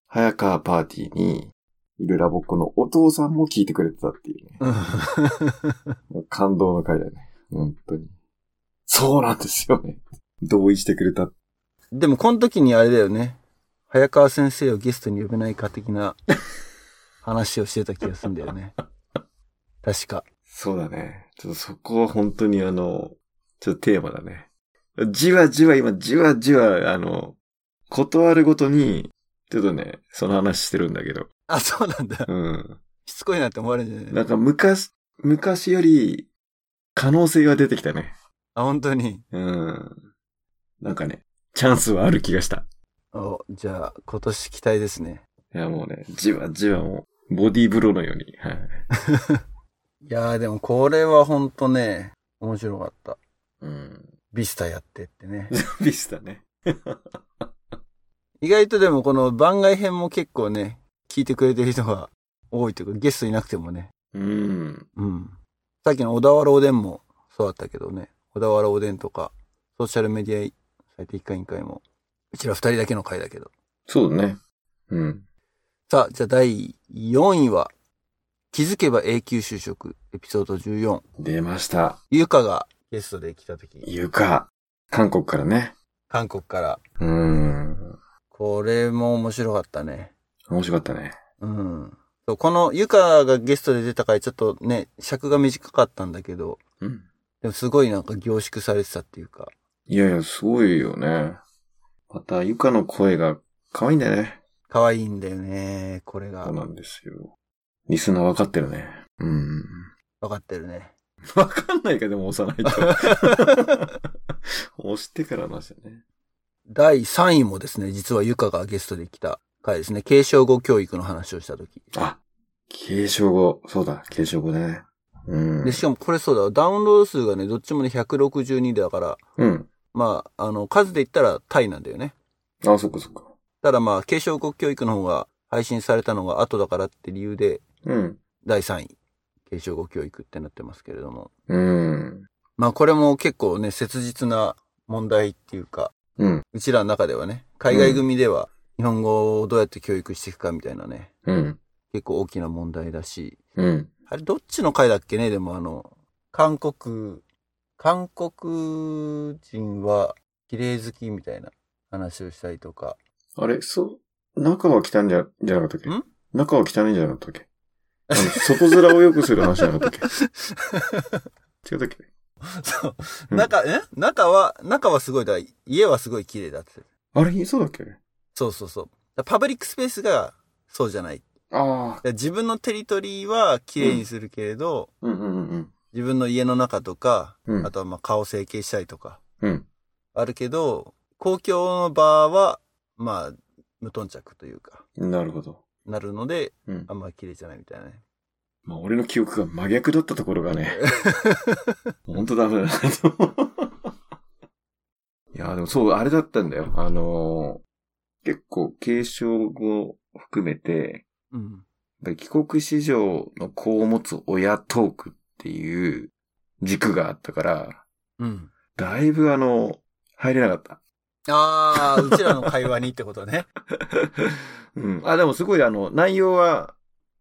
Speaker 2: 早川パーティーに、いるラボっ子のお父さんも聞いてくれてたっていうね。感動の回だね。本当に。そうなんですよね。同意してくれた。
Speaker 1: でもこの時にあれだよね。早川先生をゲストに呼べないか的な話をしてた気がするんだよね。確か。
Speaker 2: そうだね。ちょっとそこは本当にあの、ちょっとテーマだね。じわじわ今、じわじわ、あの、断るごとに、ちょっとね、その話してるんだけど。
Speaker 1: あ、そうなんだ。
Speaker 2: うん。
Speaker 1: しつこいなって思われるんじゃな
Speaker 2: ないんか昔、昔より可能性が出てきたね。
Speaker 1: あ、本当に。
Speaker 2: うん。なんかね、チャンスはある気がした。
Speaker 1: お、じゃあ、今年期待ですね。
Speaker 2: いやもうね、じわじわもう、ボディーブローのように。はい。
Speaker 1: いやーでもこれはほんとね、面白かった。
Speaker 2: うん。
Speaker 1: ビスタやってってね。
Speaker 2: ビスだね。
Speaker 1: 意外とでもこの番外編も結構ね、聞いてくれてる人が多いというか、ゲストいなくてもね。
Speaker 2: うん。
Speaker 1: うん。さっきの小田原おでんもそうだったけどね。小田原おでんとか、ソーシャルメディア最適化委員会も、うちら二人だけの回だけど。
Speaker 2: そうだね。うん。
Speaker 1: さあ、じゃあ第4位は、気づけば永久就職、エピソード14。
Speaker 2: 出ました。
Speaker 1: ゆかがゲストで来た時、
Speaker 2: ゆか。韓国からね。
Speaker 1: 韓国から。
Speaker 2: うーん。
Speaker 1: これも面白かったね。
Speaker 2: 面白かったね。
Speaker 1: うん。そうこのゆかがゲストで出た回、ちょっとね、尺が短かったんだけど、
Speaker 2: うん。
Speaker 1: でもすごいなんか凝縮されてたっていうか。
Speaker 2: いやいや、すごいよね。また、ゆかの声が可愛いんだよね。
Speaker 1: 可愛いんだよね、これが。
Speaker 2: そうな
Speaker 1: わ
Speaker 2: んですよ。リスナー分かってるね。うん。
Speaker 1: かってるね。
Speaker 2: 分かんないか、でも押さないと。押してからの話だね。
Speaker 1: 第3位もですね、実はゆかがゲストで来た回ですね。継承語教育の話をした時。
Speaker 2: あ、継承語。そうだ、継承語だね。うん。
Speaker 1: で、しかもこれそうだ、ダウンロード数がね、どっちもね、162だから、
Speaker 2: うん。
Speaker 1: まあ、あの、数で言ったらタイなんだよね。
Speaker 2: あ、そっかそっか。
Speaker 1: ただまあ、継承語教育の方が配信されたのが後だからって理由で、
Speaker 2: うん。
Speaker 1: 第3位、継承語教育ってなってますけれども。
Speaker 2: うん。
Speaker 1: まあ、これも結構ね、切実な問題っていうか、
Speaker 2: うん。
Speaker 1: うちらの中ではね、海外組では、日本語をどうやって教育していくかみたいなね、
Speaker 2: うん。
Speaker 1: 結構大きな問題だし、
Speaker 2: うん。
Speaker 1: あれ、どっちの回だっけねでもあの、韓国、韓国人は綺麗好きみたいな話をしたりとか。
Speaker 2: あれ、そう、中は汚いんじゃ、じゃなかったっけ
Speaker 1: ん
Speaker 2: 中は汚いんじゃなかったっけあの、外面を良くする話じゃなかったっ け違ったっけ
Speaker 1: そうう。
Speaker 2: ん
Speaker 1: 中、え中は、中はすごいだ。家はすごい綺麗だって。
Speaker 2: あれ、そうだっけ
Speaker 1: そうそうそう。だパブリックスペースがそうじゃない。
Speaker 2: ああ。
Speaker 1: だ自分のテリトリーは綺麗にするけれど、
Speaker 2: うんうんうん
Speaker 1: 自分の家の中とか、
Speaker 2: うん。うん
Speaker 1: あ。とはまあ顔整形したりとか、
Speaker 2: うん。
Speaker 1: あるけど、公共の場は、まあ、無頓着というか、
Speaker 2: なるほど。
Speaker 1: なるので、
Speaker 2: うん
Speaker 1: あ。んま綺麗じゃないみたいなね。
Speaker 2: まあ、俺の記憶が真逆だったところが ね。ほんとダメだなと。いや、でもそう、あれだったんだよ。あのー結構、継承語含めて、
Speaker 1: うん。
Speaker 2: で帰国子女の子を持つ親トークっていう軸があったから、
Speaker 1: うん。
Speaker 2: だいぶあの、入れなかった。
Speaker 1: ああ、うちらの会話にってことね。
Speaker 2: うん。あ、でもすごいあの、内容は、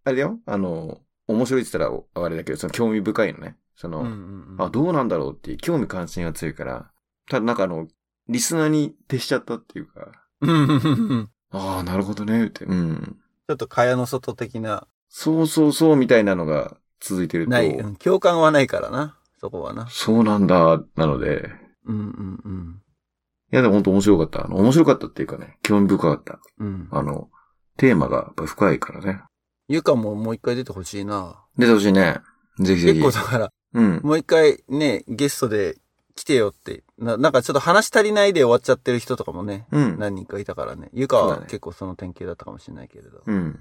Speaker 2: あれだよ、あの、面白いって言ったらあれだけど、その興味深いのね。そ の、
Speaker 1: うんうんうん。
Speaker 2: あ、どうなんだろうっていう興味関心が強いから、ただなんかあの、リスナーに徹しちゃったっていうか、
Speaker 1: うんうんうんうん。
Speaker 2: ああ、なるほどね、って、うん。
Speaker 1: ちょっと蚊帳の外的な、
Speaker 2: そうそうそうみたいなのが続いてると、
Speaker 1: ない、うん共感はないからな。そこはな。
Speaker 2: そうなんだ、なので、
Speaker 1: うんうんうん。
Speaker 2: いや、でも本当面白かった。あの、面白かったっていうかね、興味深かった。
Speaker 1: うん。
Speaker 2: あの、テーマがやっぱり深いからね。
Speaker 1: ゆかももう一回出てほしいな。
Speaker 2: 出てほしいね。ぜひぜひ。
Speaker 1: 結構だから、
Speaker 2: うん。
Speaker 1: もう一回ね、ゲストで来てよって。ななんかちょっと話足りないで終わっちゃってる人とかもね、
Speaker 2: うん。
Speaker 1: 何人かいたからね。ゆか
Speaker 2: そうだ
Speaker 1: は
Speaker 2: ね
Speaker 1: 結構その典型だったかもしれないけれど。
Speaker 2: うん。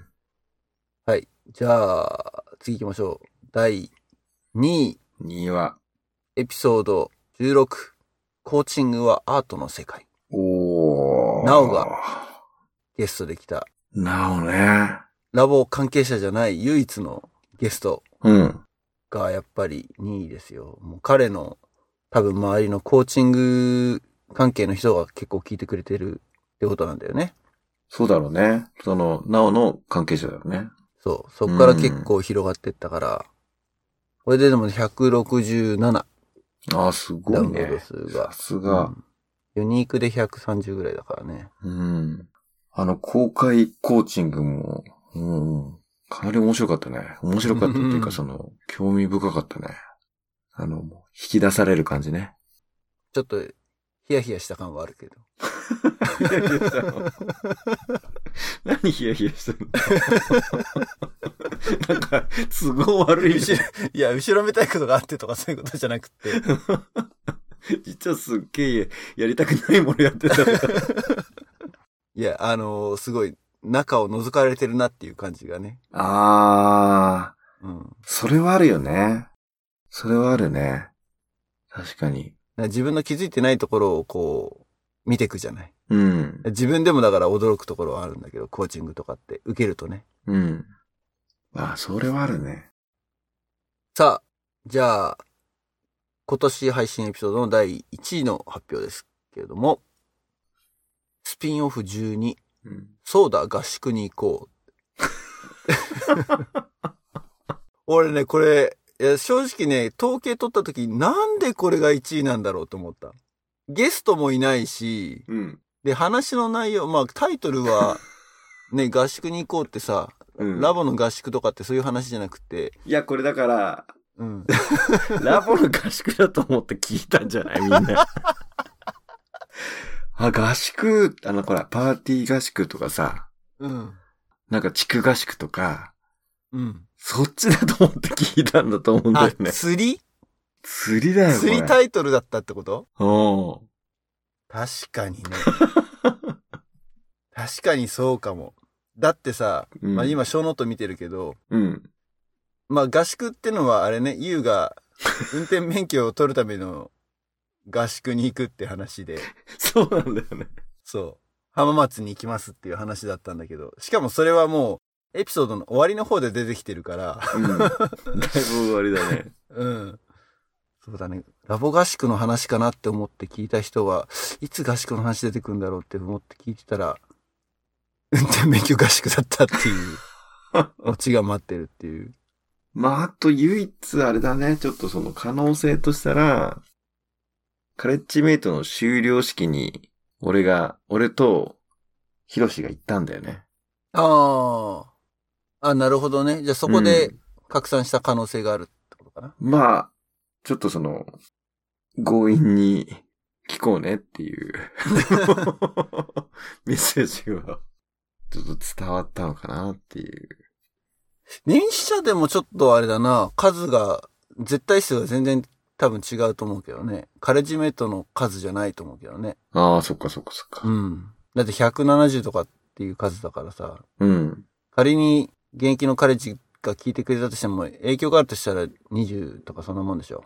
Speaker 1: はい。じゃあ、次行きましょう。第2位。
Speaker 2: 2話。
Speaker 1: エピソード16、コーチングはアートの世界。
Speaker 2: おー。
Speaker 1: なおが。ゲストで来た、
Speaker 2: なおね。
Speaker 1: ラボ関係者じゃない唯一のゲスト
Speaker 2: うん。
Speaker 1: がやっぱり2位ですよ。もう彼の多分周りのコーチング関係の人が結構聞いてくれてるってことなんだよね。
Speaker 2: そうだろうね。その、なおの関係者だよね。
Speaker 1: そう。そこから結構広がってったから、これででも167ダ
Speaker 2: ああ、すご
Speaker 1: ウ
Speaker 2: い
Speaker 1: ンロード
Speaker 2: ね。
Speaker 1: 数が
Speaker 2: さ。すが
Speaker 1: う。んユニークで130ぐらいだからね。
Speaker 2: うん。あの、公開コーチングも、うん。かなり面白かったね。面白かったっていう
Speaker 1: う
Speaker 2: か、
Speaker 1: ん
Speaker 2: その、興味深かったね。あの、引き出される感じね。
Speaker 1: ちょっと、ヒヤヒヤした感はあるけど。
Speaker 2: ヒヤヒヤしたの 何ヒヤヒヤしたの なんか、都合悪いし
Speaker 1: 後。ろいや、後ろめたいことがあってとかそういうことじゃなくて。
Speaker 2: 実はすっげえやりたくないものやってたとか。
Speaker 1: いや、あのすごい、中を覗かれてるなっていう感じがね。
Speaker 2: あー、
Speaker 1: うん。だか
Speaker 2: それはあるよね。それはあるね。確かに。
Speaker 1: ら自分の気づいてないところをこう、見てくじゃない。
Speaker 2: うん。
Speaker 1: 自分でもだから驚くところはあるんだけど、コーチングとかって受けるとね。
Speaker 2: うん。ああ、それはあるね。
Speaker 1: さあ、じゃあ、今年配信エピソードの第1位の発表ですけれども、スピンオフ12、
Speaker 2: うん。
Speaker 1: そうだ、合宿に行こう。俺ね、これ、いや正直ね、統計取った時、なんでこれが1位なんだろうと思った。ゲストもいないし、
Speaker 2: うん。
Speaker 1: で、話の内容、まあ、タイトル は、ね、合宿に行こうってさ、ラボの合宿とかってそういう話じゃなくて、
Speaker 2: いや、これだから、
Speaker 1: うん。
Speaker 2: ラボの合宿だと思って聞いたんじゃないみんな。 あ、合宿、あの、ほら、パーティー合宿とかさ、
Speaker 1: うん。
Speaker 2: なんか地区合宿とか、
Speaker 1: うん。
Speaker 2: そっちだと思って聞いたんだと思うんだ
Speaker 1: あ
Speaker 2: よ、ね。
Speaker 1: 釣り
Speaker 2: 釣りだよ、これ。
Speaker 1: 釣りタイトルだったってこと
Speaker 2: お
Speaker 1: 確か にね。確かにそうかも。だってさ、
Speaker 2: うん。
Speaker 1: まあ、今、小ノート見てるけど、
Speaker 2: うん。
Speaker 1: まあ、合宿ってのはあれね、ユウが運転免許を取るための合宿に行くって話で、
Speaker 2: そうなんだよね。
Speaker 1: そう、浜松に行きますっていう話だったんだけど、しかもそれはもう、エピソードの終わりの方で出てきてるから、
Speaker 2: うん。だいぶ終わりだね。
Speaker 1: うん。そうだね。ラボ合宿の話かなって思って聞いた人は、いつ合宿の話出てくるんだろうって思って聞いてたら、運転免許合宿だったって いう、オチが待ってるっていう。
Speaker 2: まあ、あと唯一あれだね、ちょっとその可能性としたら、カレッジメイトの修了式に、俺が、俺と、ヒロシが行ったんだよね。
Speaker 1: ああ。あ、なるほどね。じゃあそこで拡散した可能性があるってことかな。
Speaker 2: まあ、ちょっとその、強引に聞こうねっていう メッセージが、ちょっと伝わったのかなっていう。
Speaker 1: 年始者でもちょっとあれだな、数が、絶対数が全然多分違うと思うけどね。カレッジメイトの数じゃないと思うけどね。
Speaker 2: ああ、そっかそっかそっ
Speaker 1: う
Speaker 2: か。
Speaker 1: ん。だって170とかっていう数だからさ、
Speaker 2: うん。
Speaker 1: 仮に現役のカレッジが聞いてくれたとしても、影響があるとしたら20とかそんなもんでしょ。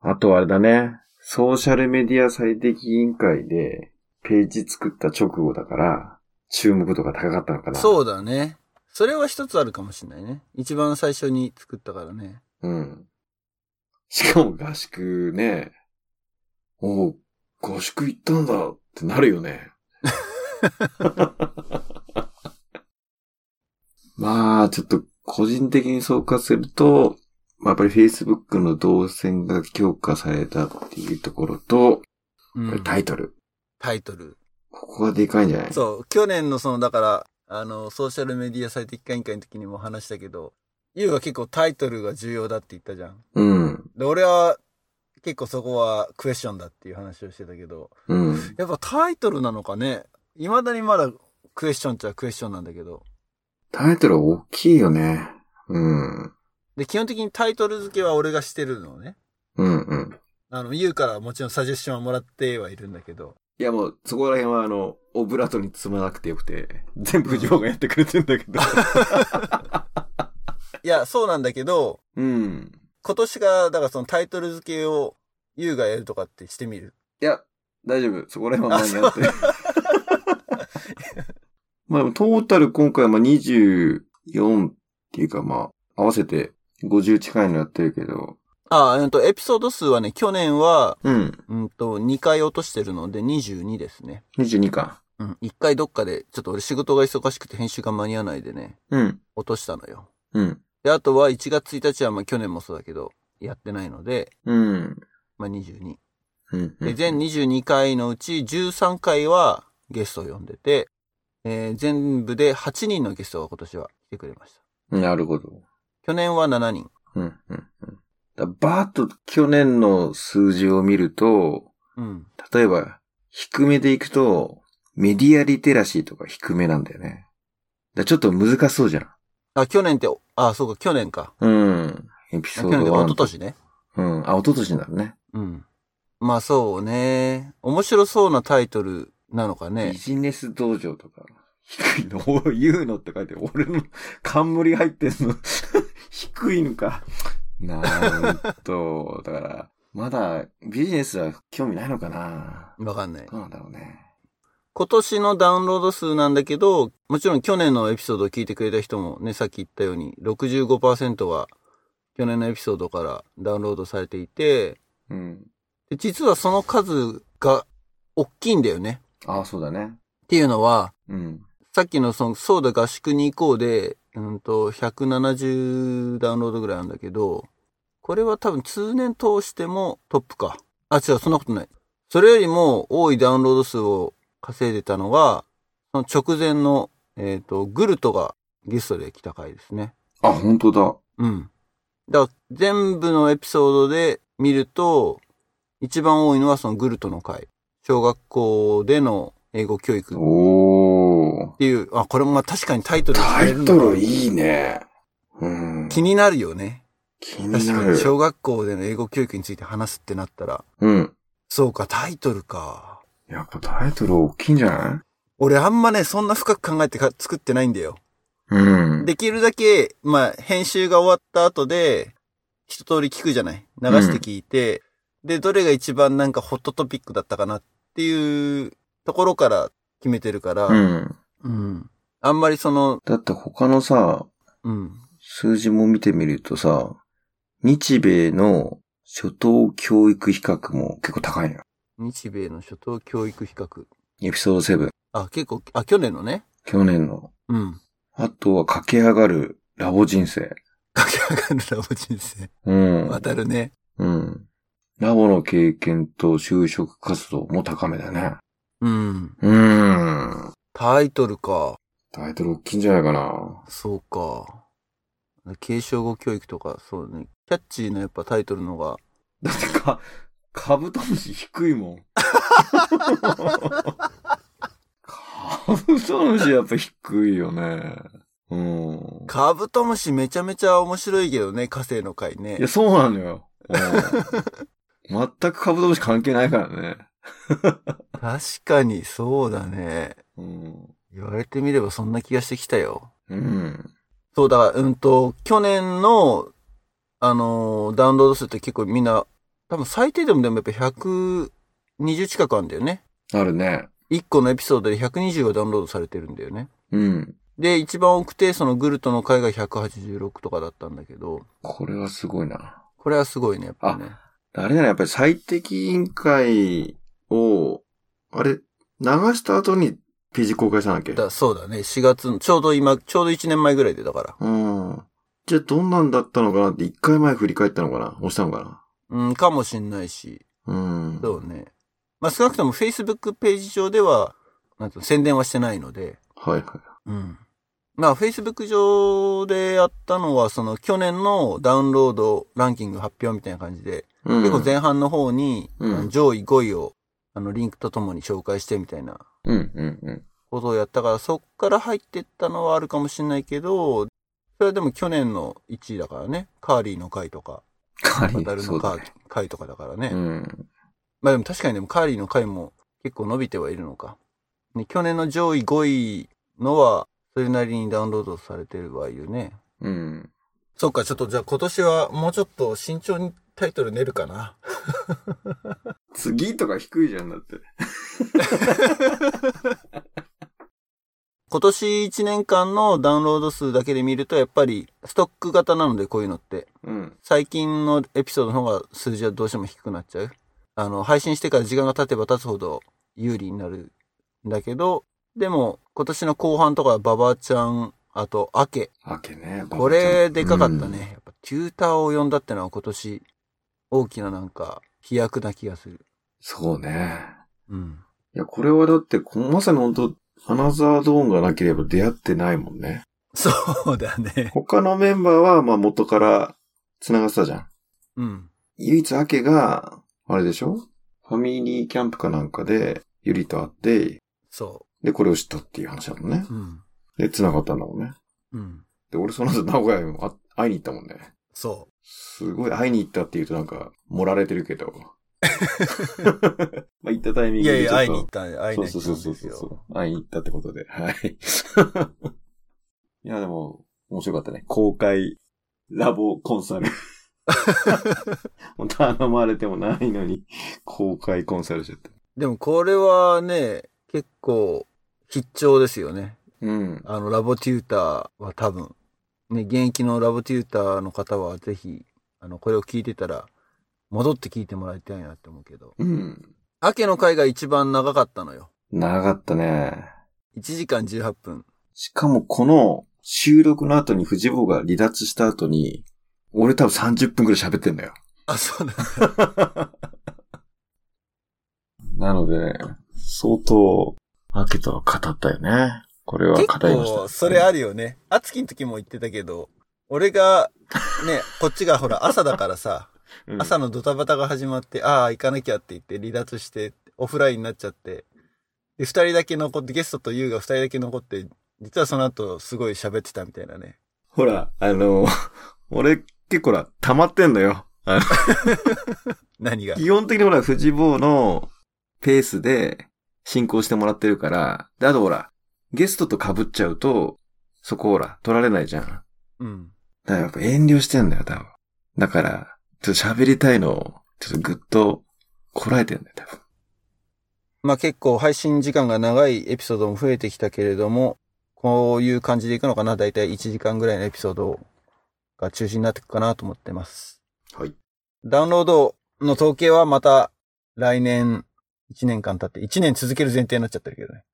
Speaker 2: あとはあれだね。ソーシャルメディア最適委員会でページ作った直後だから、注目度が高かったのかな。。
Speaker 1: そううだね。それは一つあるかもしれないね。一番最初に作ったからね。
Speaker 2: うん。しかも合宿ね。おう合宿行ったんだってなる よね。まあ、ちょっと個人的に総括すると、まあ、やっぱり Facebook の動線が強化されたっていうところと、
Speaker 1: う
Speaker 2: これ
Speaker 1: ん、
Speaker 2: タイトル。
Speaker 1: タイトル。
Speaker 2: ここがでかいんじゃない
Speaker 1: そう、去年のその、だから、あの、ソーシャルメディア最適化委員会の時にも話したけど、ユウが結構タイトルが重要だって言ったじゃん。
Speaker 2: うん。
Speaker 1: で、俺は結構そこはクエスチョンだっていう話をしてたけど、
Speaker 2: うん。
Speaker 1: やっぱタイトルなのかね。未だにまだクエスチョンっちゃクエスチョンなんだけど。
Speaker 2: タイトル大きいよね。うん。うん
Speaker 1: で、基本的にタイトル付けは俺がしてるのね。
Speaker 2: うん。
Speaker 1: あの、言うからもちろんサジェッションはもらってはいるんだけど。
Speaker 2: いやもう、そこら辺はあの、オブラートに積まなくてよくて、全部ジョーがやってくれてんだけ ど。
Speaker 1: いや、そうなんだけど、
Speaker 2: うん。
Speaker 1: 今年が、だからそのタイトル付けを、ユウがやるとかってしてみる。
Speaker 2: いや、大丈夫。そこら辺は間に合って。 まあでもトータル今回はまあ24っていうかまあ、合わせて50近いのやってるけど。
Speaker 1: あ、えっと、エピソード数はね、去年は、
Speaker 2: うん。
Speaker 1: うんと、2回落としてるので22ですね。
Speaker 2: 22か。
Speaker 1: うん。一回どっかで、ちょっと俺仕事が忙しくて編集が間に合わないでね、
Speaker 2: うん。
Speaker 1: 落としたのよ。
Speaker 2: うん。
Speaker 1: で、あとは1月1日は、まあ去年もそうだけど、やってないので、
Speaker 2: うん。
Speaker 1: まあ22。
Speaker 2: うん。
Speaker 1: で、全22回のうち13回はゲストを呼んでて、えー全部で8人のゲストが今年は来てくれました。
Speaker 2: なるほど。
Speaker 1: 去年は7人。
Speaker 2: うん。うん。うんだバーッと去年の数字を見ると、
Speaker 1: うん。
Speaker 2: 例えば、低めでいくと、メディアリテラシーとか低めなんだよね。だちょっと難しそうじゃん。
Speaker 1: あ、去年って、あ、そうか、去年か。
Speaker 2: うん。エピ
Speaker 1: あ
Speaker 2: ソ
Speaker 1: 去
Speaker 2: ー
Speaker 1: 年で
Speaker 2: ド
Speaker 1: 一
Speaker 2: 1。
Speaker 1: 昨年ね。
Speaker 2: うん。あ、一昨年になるね。
Speaker 1: うん。まあそうね。面白そうなタイトルなのかね
Speaker 2: ビ。ジネス道場とか、低いの、お言うのって書いて、俺の冠入ってんの、 低いのか。なると、だから、まだビジネスは興味ないのかな。
Speaker 1: わかんない。
Speaker 2: どうなんだろうね。
Speaker 1: 今年のダウンロード数なんだけど、もちろん去年のエピソードを聞いてくれた人もね、さっき言ったように65%は去年のエピソードからダウンロードされていて、
Speaker 2: うん。
Speaker 1: で実はその数が大きいんだよね。
Speaker 2: ああ、そうだね。
Speaker 1: っていうのは、
Speaker 2: うん。
Speaker 1: さっきのその、そうだ合宿に行こうで、うんと、170ダウンロードぐらいなんだけど、これは多分通年通してもトップか。あ、違う、そんなことない。それよりも多いダウンロード数を稼いでたのが、その直前の、えっ、と、グルトがゲストで来た回ですね。
Speaker 2: あ、本当だ。
Speaker 1: うん。だから、全部のエピソードで見ると、一番多いのはそのグルトの回。小学校での英語教育
Speaker 2: おー
Speaker 1: っ。ていう、あ、これもまあ確かにタイトルにさ
Speaker 2: タ
Speaker 1: れる
Speaker 2: イ
Speaker 1: のか
Speaker 2: トルいいね。うん。
Speaker 1: 気になるよね。
Speaker 2: 気に
Speaker 1: 確
Speaker 2: な
Speaker 1: かに、
Speaker 2: る。
Speaker 1: 小学校での英語教育について話すってなったら、
Speaker 2: うん。
Speaker 1: そうか、タイトルか。
Speaker 2: やっぱタイトル大きいんじゃな
Speaker 1: 俺あんまね、そんな深く考えてか作ってないんだよ。
Speaker 2: いうん。
Speaker 1: できるだけ、まあ、編集が終わった後で、一通り聞くじゃない流して聞いて、で、どれが一番なんかホットトピックだったかなっていうところから決めてるから、
Speaker 2: うん。
Speaker 1: うんあんまりその、
Speaker 2: だって他のさ、
Speaker 1: うん。
Speaker 2: 数字も見てみるとさ、日米の初等教育比較も結構高いのよ。
Speaker 1: 日米の初等教育比較。
Speaker 2: エピソード7、
Speaker 1: あ、結構、あ、去年のね。
Speaker 2: 去年の。
Speaker 1: うん。
Speaker 2: あとは駆け上がるラボ人生。
Speaker 1: 駆け上がるラボ人生。
Speaker 2: うん。
Speaker 1: 当たるね。
Speaker 2: うん。ラボの経験と就職活動も高めだね。
Speaker 1: うん。
Speaker 2: うーん。
Speaker 1: タイトルか。
Speaker 2: タイトル大きいんじゃないかな。
Speaker 1: そうか。継承語教育とか、そうね。キャッチーなやっぱタイトルのが。
Speaker 2: だってか、カブトムシ低いもん。カブトムシやっぱ低いよね。うん。
Speaker 1: カブトムシめちゃめちゃ面白いけどね、火星の回ね
Speaker 2: いや、。そうなのよ。うん全くカブトムシ関係ないからね。
Speaker 1: 確かに、そうだね。
Speaker 2: うん。
Speaker 1: 言われてみればそんな気がしてきたよ。
Speaker 2: うん。
Speaker 1: そうだ、うんと、去年の、あのーダウンロード数って結構みんな、多分最低でもでもやっぱ120近くあるんだよね。
Speaker 2: あるね。
Speaker 1: 1個のエピソードで120がダウンロードされてるんだよね。
Speaker 2: うん。
Speaker 1: で、一番多くて、そのグルトの回が186とかだったんだけど、
Speaker 2: これはすごいな。
Speaker 1: これはすごいね、やっぱね。
Speaker 2: あれだね、やっぱり最適委員会を、あれ、流した後にページ公開したんだっけ
Speaker 1: だそうだね、4月の、ちょうど今、ちょうど1年前ぐらいでだから。
Speaker 2: うん。じゃあどんなんだったのかなって一回前振り返ったのかな押したのか
Speaker 1: うん、かもしんないし、
Speaker 2: なうん。
Speaker 1: そうね。まあ、少なくとも Facebook ページ上では、なんていうの宣伝はしてないので、
Speaker 2: はいはい。
Speaker 1: うん。まあ、Facebook 上でやったのは、その去年のダウンロードランキング発表みたいな感じで、
Speaker 2: うん、
Speaker 1: 結構前半の方に、
Speaker 2: うん
Speaker 1: あの上位5位を、あの、リンクとともに紹介してみたいな
Speaker 2: うんうんうん。
Speaker 1: ことをやったから、そっから入ってったのはあるかもしれないけど、それはでも去年の1位だからね。カーリーの回とか、
Speaker 2: カ
Speaker 1: カタル
Speaker 2: そ
Speaker 1: の
Speaker 2: うだ
Speaker 1: 回,、
Speaker 2: ね。
Speaker 1: 回とかだからね。
Speaker 2: うん。
Speaker 1: まあでも確かにでもカーリーの回も結構伸びてはいるのか。ね、去年の上位5位のは、それなりにダウンロードされてるわいうね。
Speaker 2: うん。
Speaker 1: そっか、ちょっとじゃあ今年はもうちょっと慎重にタイトル練るかな。
Speaker 2: 次とか低いじゃんだって。
Speaker 1: 今年1年間のダウンロード数だけで見ると、やっぱりストック型なのでこういうのって。
Speaker 2: うん。
Speaker 1: 最近のエピソードの方が数字はどうしても低くなっちゃう。あの、配信してから時間が経てば経つほど有利になるんだけど、でも、今年の後半とかはババちゃん、あと、アケ。
Speaker 2: わけね。ババちゃん
Speaker 1: これ、でかかったね。。やっぱ、テューターを呼んだってのは今年、大きななんか、飛躍な気がする。
Speaker 2: そうね。
Speaker 1: うん。
Speaker 2: いや、これはだって、こまさに本当アナザードーンがなければ出会ってないもんね。
Speaker 1: そうだね。
Speaker 2: 他のメンバーは、まあ元から繋がってたじゃん。
Speaker 1: うん。
Speaker 2: 唯一アケが、あれでしょファミリーキャンプかなんかで、ユリと会って、
Speaker 1: そ
Speaker 2: で、これを知ったっていう話だもんね
Speaker 1: う。。うん。
Speaker 2: で、繋がったんだもんね。
Speaker 1: うん。
Speaker 2: で、俺その後名古屋にもあ会いに行ったもんね。
Speaker 1: そ
Speaker 2: すごい会いに行ったって言うとなんか、盛られて るけど。 まあ行ったタイ
Speaker 1: う。
Speaker 2: ミン
Speaker 1: い
Speaker 2: グ
Speaker 1: や
Speaker 2: で
Speaker 1: い
Speaker 2: ちょっ
Speaker 1: や、
Speaker 2: と。
Speaker 1: 会いに行った、会いに行ったんです
Speaker 2: そ
Speaker 1: よ。
Speaker 2: うそうそうそうそう。会いに行ったってことで。はい。 いや、でも、面白かったね。公開、ラボコンサ ル。もう頼まれてもないのに、公開コンサルしちゃった。
Speaker 1: でも、これはね、結構、必聴ですよね。
Speaker 2: うん。
Speaker 1: あの、ラボテューターは多分、ね、現役のラボテューターの方はぜひ、あの、これを聞いてたら、戻って聞いてもらいたいなって思うけど。
Speaker 2: うん。
Speaker 1: 秋の回が一番長かったのよ。
Speaker 2: 長かったね。
Speaker 1: 1時間18分。
Speaker 2: しかもこの収録の後に藤坊が離脱した後に、俺多分30分くらい喋ってんだよ。
Speaker 1: あ、そうだ。
Speaker 2: なので、相当、アケとは語ったよね。これは語り
Speaker 1: 結
Speaker 2: ました。
Speaker 1: 構、それあるよね。あつきの時も言ってたけど、俺が、ね、こっちがほら、朝だからさ、
Speaker 2: うん
Speaker 1: 朝のドタバタが始まって、ああ、行かなきゃって言って離脱して、オフラインになっちゃって、で、二人だけ残って、ゲストとユウが二人だけ残って、実はその後、すごい喋ってたみたいなね。
Speaker 2: ほら、あの、 俺結構ほら、溜まってんのよ。あの
Speaker 1: 何が。
Speaker 2: 基本的にほら、藤坊のペースで進行してもらってるから、で、あとほら、ゲストと被っちゃうと、そこほら、取られないじゃん。だか
Speaker 1: うん。
Speaker 2: らやっぱ遠慮してんだよ、多分。だから、ちょっと喋りたいのを、ちょっとぐっと、こらえてんだよ、多分。
Speaker 1: まあ結構配信時間が長いエピソードも増えてきたけれども、こういう感じでいくのかなだいたい1時間ぐらいのエピソードが中心になっていくかなと思ってます。
Speaker 2: はい。
Speaker 1: ダウンロードの統計はまた来年1年間経って、1年続ける前提になっちゃってるけどね。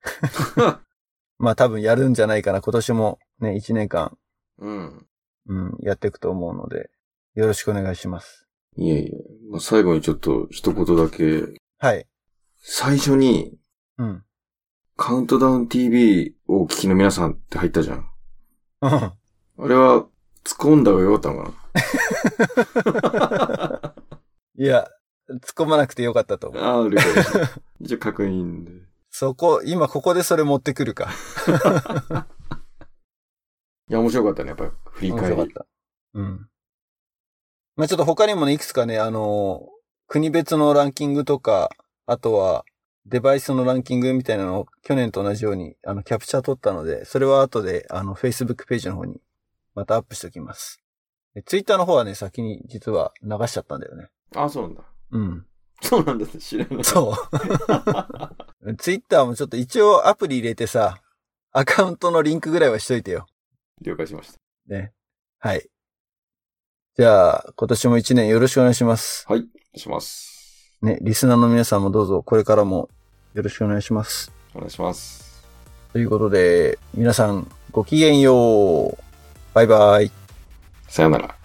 Speaker 1: まあ多分やるんじゃないかな。今年もね、1年間、
Speaker 2: うん。
Speaker 1: うん、やっていくと思うので、よろしくお願いします。
Speaker 2: いやいや、まあ最後にちょっと一言だけ、
Speaker 1: はい。
Speaker 2: 最初に、
Speaker 1: うん。
Speaker 2: カウントダウン TV をお聞きの皆さんって入ったじゃん。
Speaker 1: うん
Speaker 2: あれは、突っ込んだ方がよかったのか
Speaker 1: いや、突っ込まなくてよかったと思う。
Speaker 2: なああ、るかもしれない一応確認で。
Speaker 1: そこ、今ここでそれ持ってくるか。
Speaker 2: いや、面白かったね、やっぱり。振り
Speaker 1: 面
Speaker 2: 返
Speaker 1: 白
Speaker 2: り。
Speaker 1: かった。うん。まあちょっと他にもね、いくつかね、あのー国別のランキングとか、あとは、デバイスのランキングみたいなのを去年と同じように、あの、キャプチャー取ったので、それは後で、あの、Facebook ページの方に、またアップしておきます。で Twitter の方はね、先に実は流しちゃったんだよね。
Speaker 2: ああ、そうなんだ。
Speaker 1: うん。
Speaker 2: そうなんだって知らなかった。
Speaker 1: そう。Twitter もちょっと一応アプリ入れてさ、アカウントのリンクぐらいはしといてよ。
Speaker 2: 了解しまし
Speaker 1: ね。はい。じゃあ、今年も一年よろしくお願いします。
Speaker 2: た。はい、します。
Speaker 1: ね、リスナーの皆さんもどうぞこれからもよろしくお願いします。
Speaker 2: お願いします。
Speaker 1: ということで、皆さんごきげんよう。バイバイ。
Speaker 2: さよなら。